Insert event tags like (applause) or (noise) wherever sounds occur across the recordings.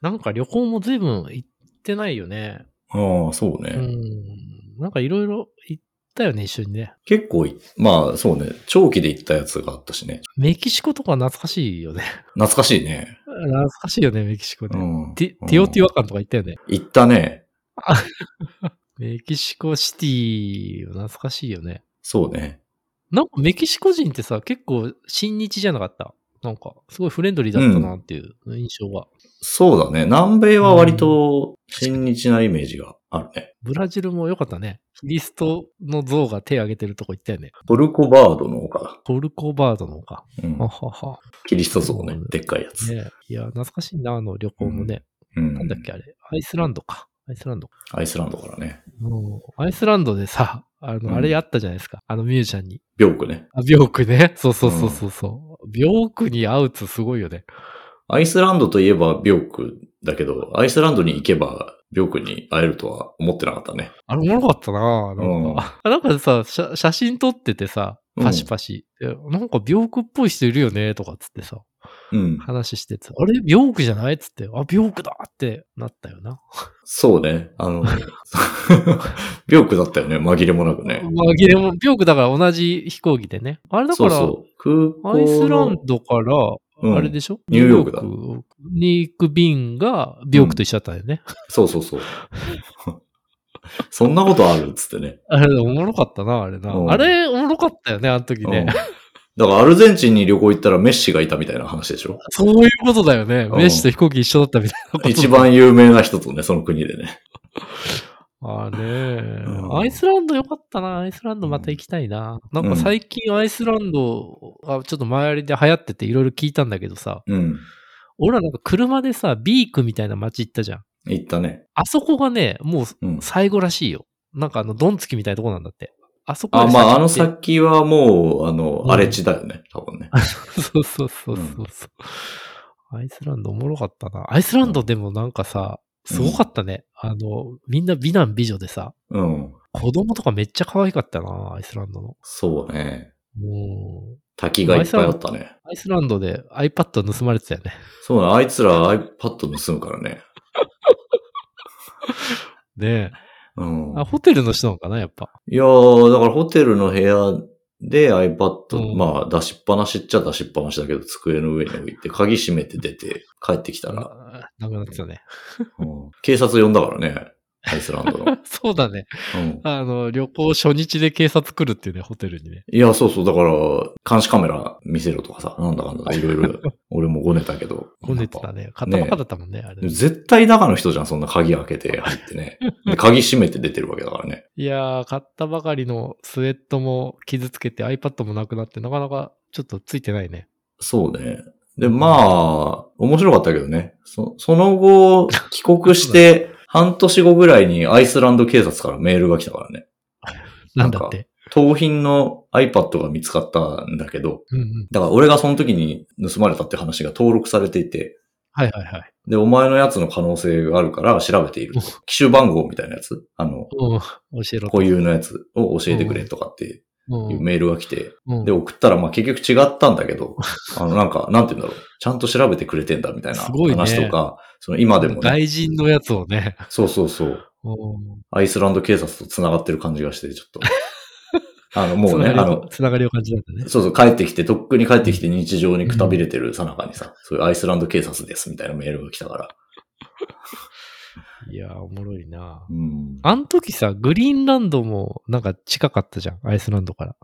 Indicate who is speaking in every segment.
Speaker 1: なんか旅行も随分行ってないよね。
Speaker 2: ああ、そうね。
Speaker 1: うん。なんかいろいろ行ったよね、一緒にね。
Speaker 2: 結構い、まあそうね、長期で行ったやつがあったしね。
Speaker 1: メキシコとか懐かしいよね。 (laughs)
Speaker 2: 懐かしいね。
Speaker 1: 懐かしいよね、メキシコ
Speaker 2: う
Speaker 1: ね。
Speaker 2: ん。
Speaker 1: ティティオティワカンとか行ったよね。
Speaker 2: 行ったね。
Speaker 1: メキシコシティ、懐かしいよね。
Speaker 2: そうね。
Speaker 1: なんかメキシコ人ってさ、結構親日じゃなかった。なんか、すごいフレンドリーだったなっていう印象が。
Speaker 2: そうだね。南米は割と親日なイメージがあるね。
Speaker 1: ブラジルも良かったね。キリストの像が手を挙げてるとこ行ったよね。
Speaker 2: トルコバードの丘だ。
Speaker 1: トルコバードの丘。
Speaker 2: うん
Speaker 1: あ。はは。
Speaker 2: キリスト像ね。でっかいやつ。
Speaker 1: ねいや、懐かしいな、あの旅行もね。
Speaker 2: うん。
Speaker 1: なんだっけ、あれ。アイスランドか。アイスランド。
Speaker 2: アイスランドからね。
Speaker 1: もうアイスランドでさ、あ
Speaker 2: うん
Speaker 1: の、あれあったじゃないですか。あのミュージシャンに。
Speaker 2: ビョークね。
Speaker 1: あ、ビョークね。そうそうそうそうそう。ビョークに会うつすごいよね。
Speaker 2: アイスランドといえばビョークだけど、アイスランドに行けばビョークに会えるとは思ってなかったね。
Speaker 1: あれ、おもろかったななんか。 (laughs) あなんかさ写、写真撮っててさ、パシパシ。えなんか、病気っぽい人いるよね、とかっつってさ、
Speaker 2: うん。
Speaker 1: 話しててさ、あれ、病気じゃないっつって、あ、病気だってなったよな。
Speaker 2: そうね。あの、 (laughs) ビョークだったよね。紛れもなくね。
Speaker 1: 紛れも、病気だから同じ飛行機でね。あれだか
Speaker 2: そう
Speaker 1: ら、
Speaker 2: そう。空港の
Speaker 1: アイスランドから、
Speaker 2: うん
Speaker 1: あれでしょ、
Speaker 2: ニューヨークだ
Speaker 1: ニューヨークに行く便が、病気と一緒だったんだよね。
Speaker 2: そうそう (laughs) そう。そんなことあるっつってね。
Speaker 1: あれ、おもろかったな、あれな。
Speaker 2: うん
Speaker 1: あれ、おもろかったよね、あの時
Speaker 2: うん
Speaker 1: ね。
Speaker 2: だからアルゼンチンに旅行行ったらメッシがいたみたいな話でしょ
Speaker 1: そういうことだよね。
Speaker 2: うん
Speaker 1: メッシと飛行機一緒だったみたいな
Speaker 2: 一番有名な人とね、その国でね。
Speaker 1: あーね
Speaker 2: うん
Speaker 1: アイスランドよかったな。アイスランドまた行きたいな。なんか最近アイスランドがちょっと周りで流行ってていろいろ聞いたんだけどさ、
Speaker 2: うん。
Speaker 1: 俺らなんか車でさ、ビークみたいな街行ったじゃん。
Speaker 2: 行ったね。
Speaker 1: あそこがね、もう
Speaker 2: うん。
Speaker 1: 最後らしいよ。なんかあの、ドンつきみたいなとこなんだって。あそこ
Speaker 2: あ、
Speaker 1: で
Speaker 2: まあ、あの
Speaker 1: 先行っ
Speaker 2: 先はもう、あの、
Speaker 1: うん
Speaker 2: 荒れ地だよね。多分ね。
Speaker 1: て (laughs) そうそうそうそうそう。アイスランドおもろかったな。アイスランドでもなんかさ、すごかったね。あの、みんな美男美女でさ、
Speaker 2: うん。
Speaker 1: 子供とかめっちゃ可愛かったな、アイスランドの。
Speaker 2: そうね。
Speaker 1: もう、
Speaker 2: 滝がいっぱいあったね。
Speaker 1: アイスランドで iPad 盗まれてたよね。
Speaker 2: そうね。あいつら iPad 盗むからね。
Speaker 1: ね
Speaker 2: うん。
Speaker 1: あ、ホテルの人なのかな、やっぱ。
Speaker 2: いやー、だからホテルの部屋で iPad、
Speaker 1: うん
Speaker 2: まあ出しっぱなしっちゃ出しっぱなしだけど、机の上に置いて、鍵閉めて出て帰ってきたら、
Speaker 1: ななくなってたね。
Speaker 2: うん警察呼んだからね、アイスランドの。
Speaker 1: (laughs) そうだね。
Speaker 2: うん
Speaker 1: あの、旅行初日で警察来るっていうね、ホテルにね。
Speaker 2: いや、そうそう、だから、監視カメラ見せろとかさ、なんだかんだ、いろいろ、俺もごねたけど。
Speaker 1: こねてたね。買ったばっかだったもんね、あれ。
Speaker 2: 絶対中の人じゃん、そんな鍵開けて入ってね。で鍵閉めて出てるわけだからね。
Speaker 1: いやー、買ったばかりのスウェットも傷つけて iPad もなくなって、なかなかちょっとついてないね。
Speaker 2: そうね。で、まあ、面白かったけどね。そそ
Speaker 1: (laughs)
Speaker 2: の後、帰国して、半年後ぐらいにアイスランド警察からメールが来たからね。
Speaker 1: なんだって。
Speaker 2: 盗品の iPad が見つかったんだけど、
Speaker 1: うんうん。
Speaker 2: だから俺がその時に盗まれたって話が登録されていて、
Speaker 1: はいはいはい。
Speaker 2: で、お前のやつの可能性があるから調べていると。機種番号みたいなやつあの、
Speaker 1: うん。教えろと。
Speaker 2: 固有のやつを教えてくれとかっていう
Speaker 1: うん
Speaker 2: メールが来て、
Speaker 1: うん
Speaker 2: で、送ったら、まあ、結局違ったんだけ
Speaker 1: (laughs)
Speaker 2: ど、あの、なんか、なんて言うんだろう。ちゃんと調べてくれてんだ、みたいな
Speaker 1: すごいね
Speaker 2: 話とか、その今でもね、
Speaker 1: 外人のやつをね。
Speaker 2: そうそうそう、
Speaker 1: うん
Speaker 2: アイスランド警察と繋がってる感じがして、ちょ
Speaker 1: (laughs)
Speaker 2: っと。あの、もうね、
Speaker 1: つな
Speaker 2: あ
Speaker 1: がりを
Speaker 2: の、
Speaker 1: つながりを感じたんだね。
Speaker 2: そうそう、帰ってきて、とっくに帰ってきて日常にくたびれてるさなかにさ、そういうアイスランド警察です、みたいなメールが来たから。
Speaker 1: いやー、おもろいな
Speaker 2: うん。
Speaker 1: あの時さ、グリーンランドもなんか近かったじゃん、アイスランドから。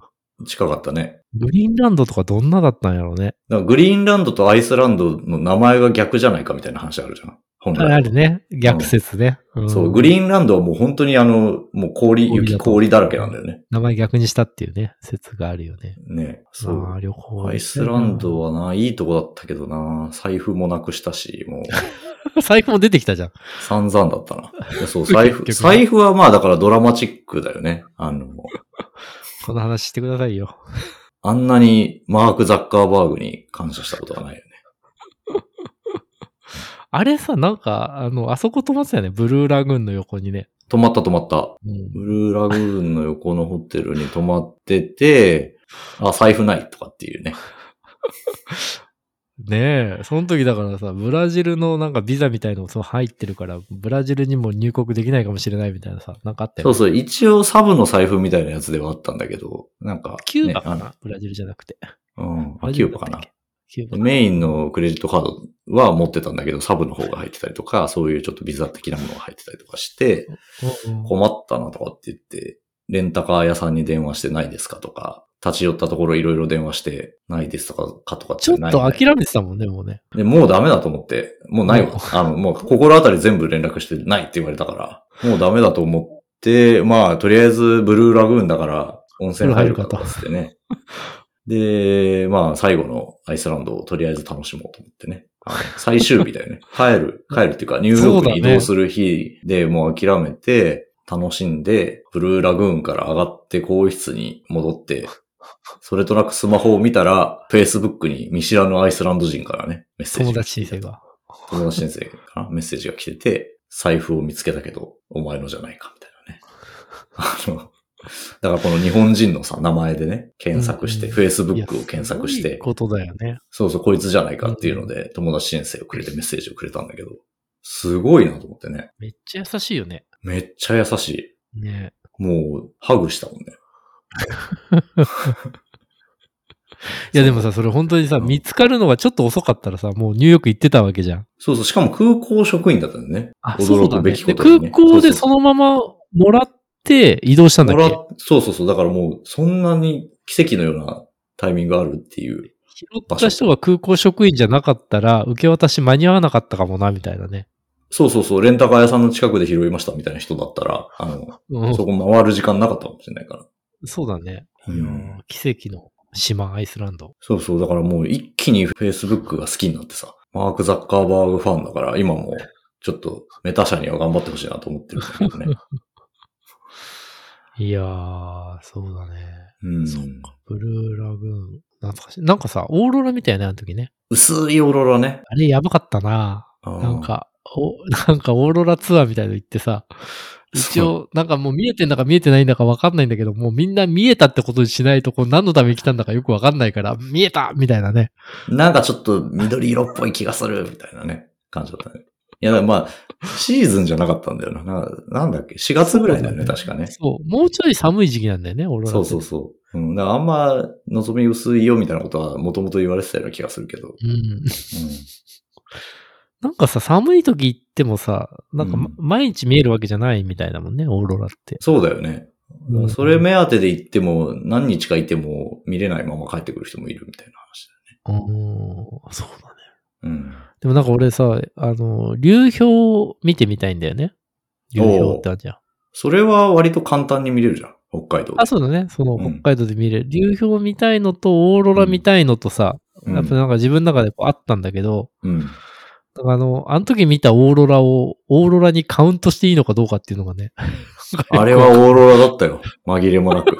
Speaker 2: 近かったね。
Speaker 1: グリーンランドとかどんなだったんやろうね。
Speaker 2: だからグリーンランドとアイスランドの名前が逆じゃないかみたいな話あるじゃん。本
Speaker 1: ああ
Speaker 2: 来。
Speaker 1: るね。逆説ね。ん
Speaker 2: そう、グリーンランドはもう本当にあの、もう氷、
Speaker 1: 氷だと
Speaker 2: 雪氷だらけなんだよね。
Speaker 1: 名前逆にしたっていうね、説があるよね。
Speaker 2: ね。そう
Speaker 1: あ。あ、旅行。
Speaker 2: アイスランドはな、いいとこだったけどな、財布もなくしたし、もう、 (laughs)
Speaker 1: (laughs) 財布も出てきたじゃん。
Speaker 2: 散々だったな。いやそう、財布、
Speaker 1: 結局ね
Speaker 2: 財布はまあだからドラマチックだよね。あの、
Speaker 1: この話してくださいよ。
Speaker 2: あんなにマーク・ザッカーバーグに感謝したことはないよね。
Speaker 1: あれさ、なんか、あの、あそこ泊まってたよね。ブルーラグーンの横にね。
Speaker 2: 泊まった泊まった。
Speaker 1: うん。
Speaker 2: ブルーラグーンの横のホテルに泊まってて、あ、財布ないとかっていうね。
Speaker 1: ねえ、その時だからさ、ブラジルのなんかビザみたいのもその入ってるから、ブラジルにも入国できないかもしれないみたいなさ、なんかあったよ
Speaker 2: そ
Speaker 1: ね、
Speaker 2: うそう、一応サブの財布みたいなやつではあったんだけど、なんか、ね
Speaker 1: キューバかな、
Speaker 2: あ
Speaker 1: ブラジルじゃなくて。
Speaker 2: のうん、
Speaker 1: ブ
Speaker 2: あ
Speaker 1: ラジ
Speaker 2: キュ
Speaker 1: ルだ
Speaker 2: ーバ
Speaker 1: っ
Speaker 2: か
Speaker 1: たっ
Speaker 2: な。
Speaker 1: けキューバかな。
Speaker 2: メインのクレジットカードは持ってたんだけど、サブの方が入ってたりとか、そういうちょっとビザ的なものが入ってたりとかして、
Speaker 1: うんうん
Speaker 2: 困ったなとかって言って、レンタカー屋さんに電話してないですかとか、立ち寄ったところいろいろ電話して、ないですとか、かとか
Speaker 1: ちょっ
Speaker 2: ない
Speaker 1: と諦めてたもんね、もうね。
Speaker 2: で、もうダメだと思って、もうないわ。あの、もう心当たり全部連絡してないって言われたから、もうダメだと思って、まあ、とりあえずブルーラグーンだから温泉入るかとかっつってね。で、まあ、最後のアイスランドをとりあえず楽しもうと思ってね。あの最終日だよ (laughs) ね。帰る、帰るっていうか、ニューヨークに移動する日でもう諦めて、楽しんで、ブルーラグーンから上がって更衣室に戻って、それとなくスマホを見たら、Facebook に見知らぬアイスランド人からね、メッセージ
Speaker 1: 友
Speaker 2: が
Speaker 1: 達
Speaker 2: 来て
Speaker 1: 申請が。
Speaker 2: 友達先生からメッセージが来てて、財布を見つけたけど、お前のじゃないか、みた
Speaker 1: (laughs)
Speaker 2: いなね。あの、だからこの日本人のさ、名前でね、検索して、
Speaker 1: うん
Speaker 2: Facebook
Speaker 1: いや
Speaker 2: を検索し
Speaker 1: すごい
Speaker 2: て、
Speaker 1: ことだよね。
Speaker 2: そうそう、こいつじゃないかっていうので、友達申請をくれてメッセージをくれたんだけど、すごいなと思ってね。
Speaker 1: めっちゃ優しいよね。
Speaker 2: めっちゃ優しい。
Speaker 1: ね
Speaker 2: もう、ハグしたもんね。
Speaker 1: いやでもさ、それ本当にさ、
Speaker 2: うん
Speaker 1: 見つかるのがちょっと遅かったらさ、もうニューヨーク行ってたわけじゃん。
Speaker 2: そうそう、しかも空港職員だったんだよね。
Speaker 1: あ、そ
Speaker 2: 驚
Speaker 1: うだね。
Speaker 2: くべき
Speaker 1: で
Speaker 2: ことに
Speaker 1: 空
Speaker 2: ね
Speaker 1: 港で
Speaker 2: そうそう
Speaker 1: そのままもらって移動したんだ
Speaker 2: も
Speaker 1: っ
Speaker 2: ら
Speaker 1: け
Speaker 2: っそうそうそう。だからもう、そんなに奇跡のようなタイミングがあるっていう。
Speaker 1: 拾った人が空港職員じゃなかったら、受け渡し間に合わなかったかもな、みたいなね。
Speaker 2: そうそうそう、レンタカー屋さんの近くで拾いましたみたいな人だったら、あの、
Speaker 1: うん、
Speaker 2: そこ回る時間なかったかもしれないから。
Speaker 1: そうだね。
Speaker 2: うん
Speaker 1: いやー奇跡の島、アイスランド。
Speaker 2: そうそう、だからもう一気に Facebook が好きになってさ、マーク・ザッカーバーグファンだから、今もちょっとメタ社には頑張ってほしいなと思ってるんだけ
Speaker 1: (laughs)
Speaker 2: どね。
Speaker 1: いやー、そうだね。
Speaker 2: うん。
Speaker 1: そっか、ブルーラグーン。懐かしい。なんかさ、オーロラみたいな、あの時ね。
Speaker 2: 薄いオーロラね。
Speaker 1: あれやばかったな。
Speaker 2: あー
Speaker 1: なん。か、お、 (laughs) なんかオーロラツアーみたいなの行ってさ、一応、なんかもう見えてんだか見えてないんだかわかんないんだけど、もうみんな見えたってことにしないと、こう何のために来たんだかよくわかんないから、見えたみたいなね。
Speaker 2: なんかちょっと緑色っぽい気がする、みたいなね、感じだったね。いや、だからまあ、シーズンじゃなかったんだよな。ななんだっけ ?4 月ぐらいだよね、確かね。
Speaker 1: そう、もうちょい寒い時期なんだよね、オーロラって
Speaker 2: そうそうそう。うん、だからあんま望み薄いよみたいなことはもともと言われてたような気がするけど。
Speaker 1: うん。 (laughs) なんかさ、寒い時行ってもさ、なんかま、
Speaker 2: うん
Speaker 1: 毎日見えるわけじゃないみたいだもんね、オーロラって。
Speaker 2: そうだよね。
Speaker 1: うん
Speaker 2: それ目当てで行っても何日かいても見れないまま帰ってくる人もいるみたいな話
Speaker 1: うーん、そうだね。
Speaker 2: だよね。
Speaker 1: でもなんか俺さ、あの、流氷見てみたいんだよね。流氷ってあるじゃん。
Speaker 2: それは割と簡単に見れるじゃん。北海道で。
Speaker 1: あ、そうだね。その、
Speaker 2: うん
Speaker 1: 北海道で見れる。流氷見たいのと、オーロラ見たいのとさ、
Speaker 2: うん
Speaker 1: やっぱなんか自分の中でこうあったんだけど、
Speaker 2: うん。
Speaker 1: なんかあの、あの時見たオーロラを、オーロラにカウントしていいのかどうかっていうのがね。
Speaker 2: あれはオーロラだったよ。紛れもなく。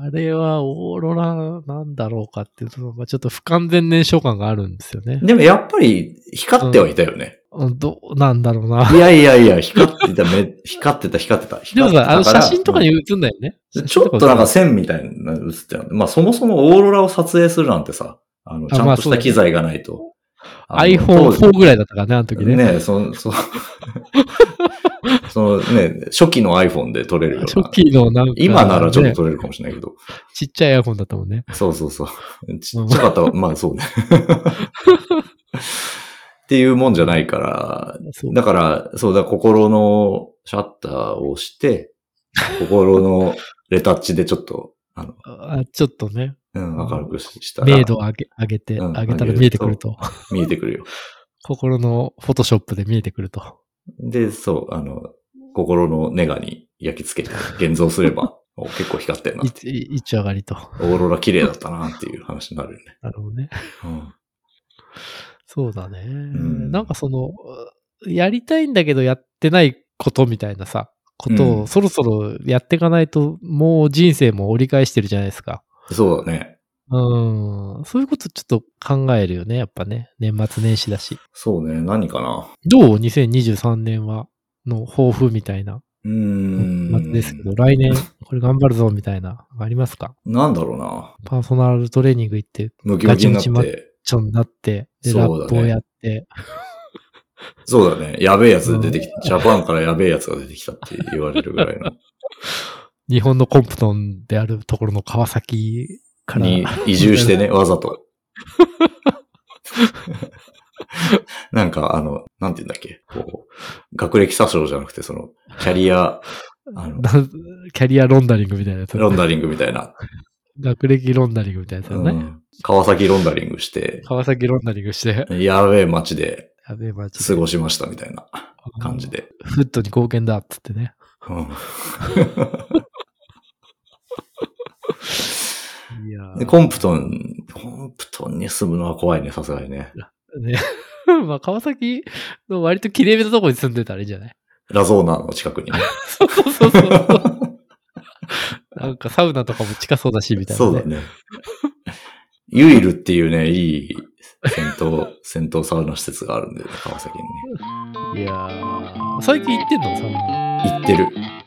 Speaker 1: あれはオーロラなんだろうかっていうのが、ちょっと不完全燃焼感があるんですよね。
Speaker 2: でもやっぱり光ってはいたよね。
Speaker 1: うんどうなんだろうな。
Speaker 2: いやいやいや、光ってた、め光ってた、光ってた。
Speaker 1: でも
Speaker 2: 光ってた
Speaker 1: さ、あの
Speaker 2: か
Speaker 1: 写
Speaker 2: ら
Speaker 1: 真とかに映んだよね。
Speaker 2: ちょっとなんか線みたいなの映ってる。まあそもそもオーロラを撮影するなんてさ、あの、
Speaker 1: あ
Speaker 2: ちゃ
Speaker 1: まあ
Speaker 2: んとした機材がないと。あの当時
Speaker 1: iPhone4 ぐらいだったからね、あの時ね。
Speaker 2: ねそそ (laughs) そのね、初期の iPhone で撮れるような
Speaker 1: 初。期のなんか、
Speaker 2: 今ならちょっと
Speaker 1: ね
Speaker 2: 撮れるかもしれないけど。
Speaker 1: ちっちゃい iPhone だったもんね。
Speaker 2: そうそうそう。ちっちゃかったわ。まあそうね。 (laughs) っていうもんじゃないから、
Speaker 1: そう
Speaker 2: だから、そうだ、心のシャッターを押して、心のレタッチでちょっと、あの、
Speaker 1: あちょっとね、
Speaker 2: うん、明るくししたら。
Speaker 1: 明度を上げ上げて、
Speaker 2: う
Speaker 1: 上げ
Speaker 2: ん
Speaker 1: た
Speaker 2: 上げ
Speaker 1: ら
Speaker 2: る
Speaker 1: 見えてくると。
Speaker 2: 見えてくるよ。
Speaker 1: 心のフォトショップで見えてくると。。
Speaker 2: で、そう、あの、心のネガに焼き付けて、現像すれば、お結構光ってるない
Speaker 1: い一上がりと。 (laughs)
Speaker 2: オーロラ綺麗だったなっていう話になるよね。
Speaker 1: なるほどね。
Speaker 2: うん
Speaker 1: そうだね。
Speaker 2: ん
Speaker 1: なんかその、やりたいんだけどやってないことみたいなさ、こと
Speaker 2: う
Speaker 1: を
Speaker 2: ん
Speaker 1: そろそろやっていかないと、もう人生も折り返してるじゃないですか。
Speaker 2: そうだね。
Speaker 1: うん。そういうことちょっと考えるよね、やっぱね。年末年始だし。
Speaker 2: そうね。何かな。
Speaker 1: どう ?2023 年は、の抱負みたいな。
Speaker 2: ううーん。
Speaker 1: 夏ですけど、来年これ頑張るぞみたいな、ありますか
Speaker 2: なんだろうな。
Speaker 1: パーソナルトレーニング行って、
Speaker 2: ムキムキにな
Speaker 1: ガ
Speaker 2: っ
Speaker 1: チムチ
Speaker 2: て。
Speaker 1: ちょんなって、で、ラ
Speaker 2: そうだね
Speaker 1: ップをやって、
Speaker 2: そうだね。やべえやつ出てきた。ジャパンからやべえやつが出てきたって言われるぐらいの。
Speaker 1: 日本のコンプトンであるところの川崎から、
Speaker 2: に移住してね、わざと。 (laughs) なんか、あの、なんて言うんだっけ。こう、学歴詐称じゃなくて、その、キャリア、あの、
Speaker 1: な (laughs) キャリアロンダリングみたいなやつ。
Speaker 2: ロンダリングみたいな。
Speaker 1: 学歴ロンダリングみたいなやつだ
Speaker 2: う
Speaker 1: ね。
Speaker 2: ん、川崎ロンダリングして、
Speaker 1: 川崎ロンダリングして、
Speaker 2: やべえ街で
Speaker 1: やべえ、マジ
Speaker 2: 過
Speaker 1: で。
Speaker 2: ごしましたみたいな感じで。
Speaker 1: フットに貢献だっつってね。
Speaker 2: うん
Speaker 1: いや
Speaker 2: でコンプトン、コンプトンに住むのは怖いね、さすがにね。
Speaker 1: ね。 (laughs) まあ、川崎の割と綺麗めなとこに住んでたらいいんじゃない
Speaker 2: ラゾーナの近くにね。
Speaker 1: そうそうそう
Speaker 2: (laughs)
Speaker 1: そう。なんかサウナとかも近そうだし、みたいな、
Speaker 2: そうだ。ね。ユイルっていうね、いい戦闘、戦闘サウナ施設があるんで、川崎にね。
Speaker 1: いやー最近行ってんのサウナ。
Speaker 2: 行ってる。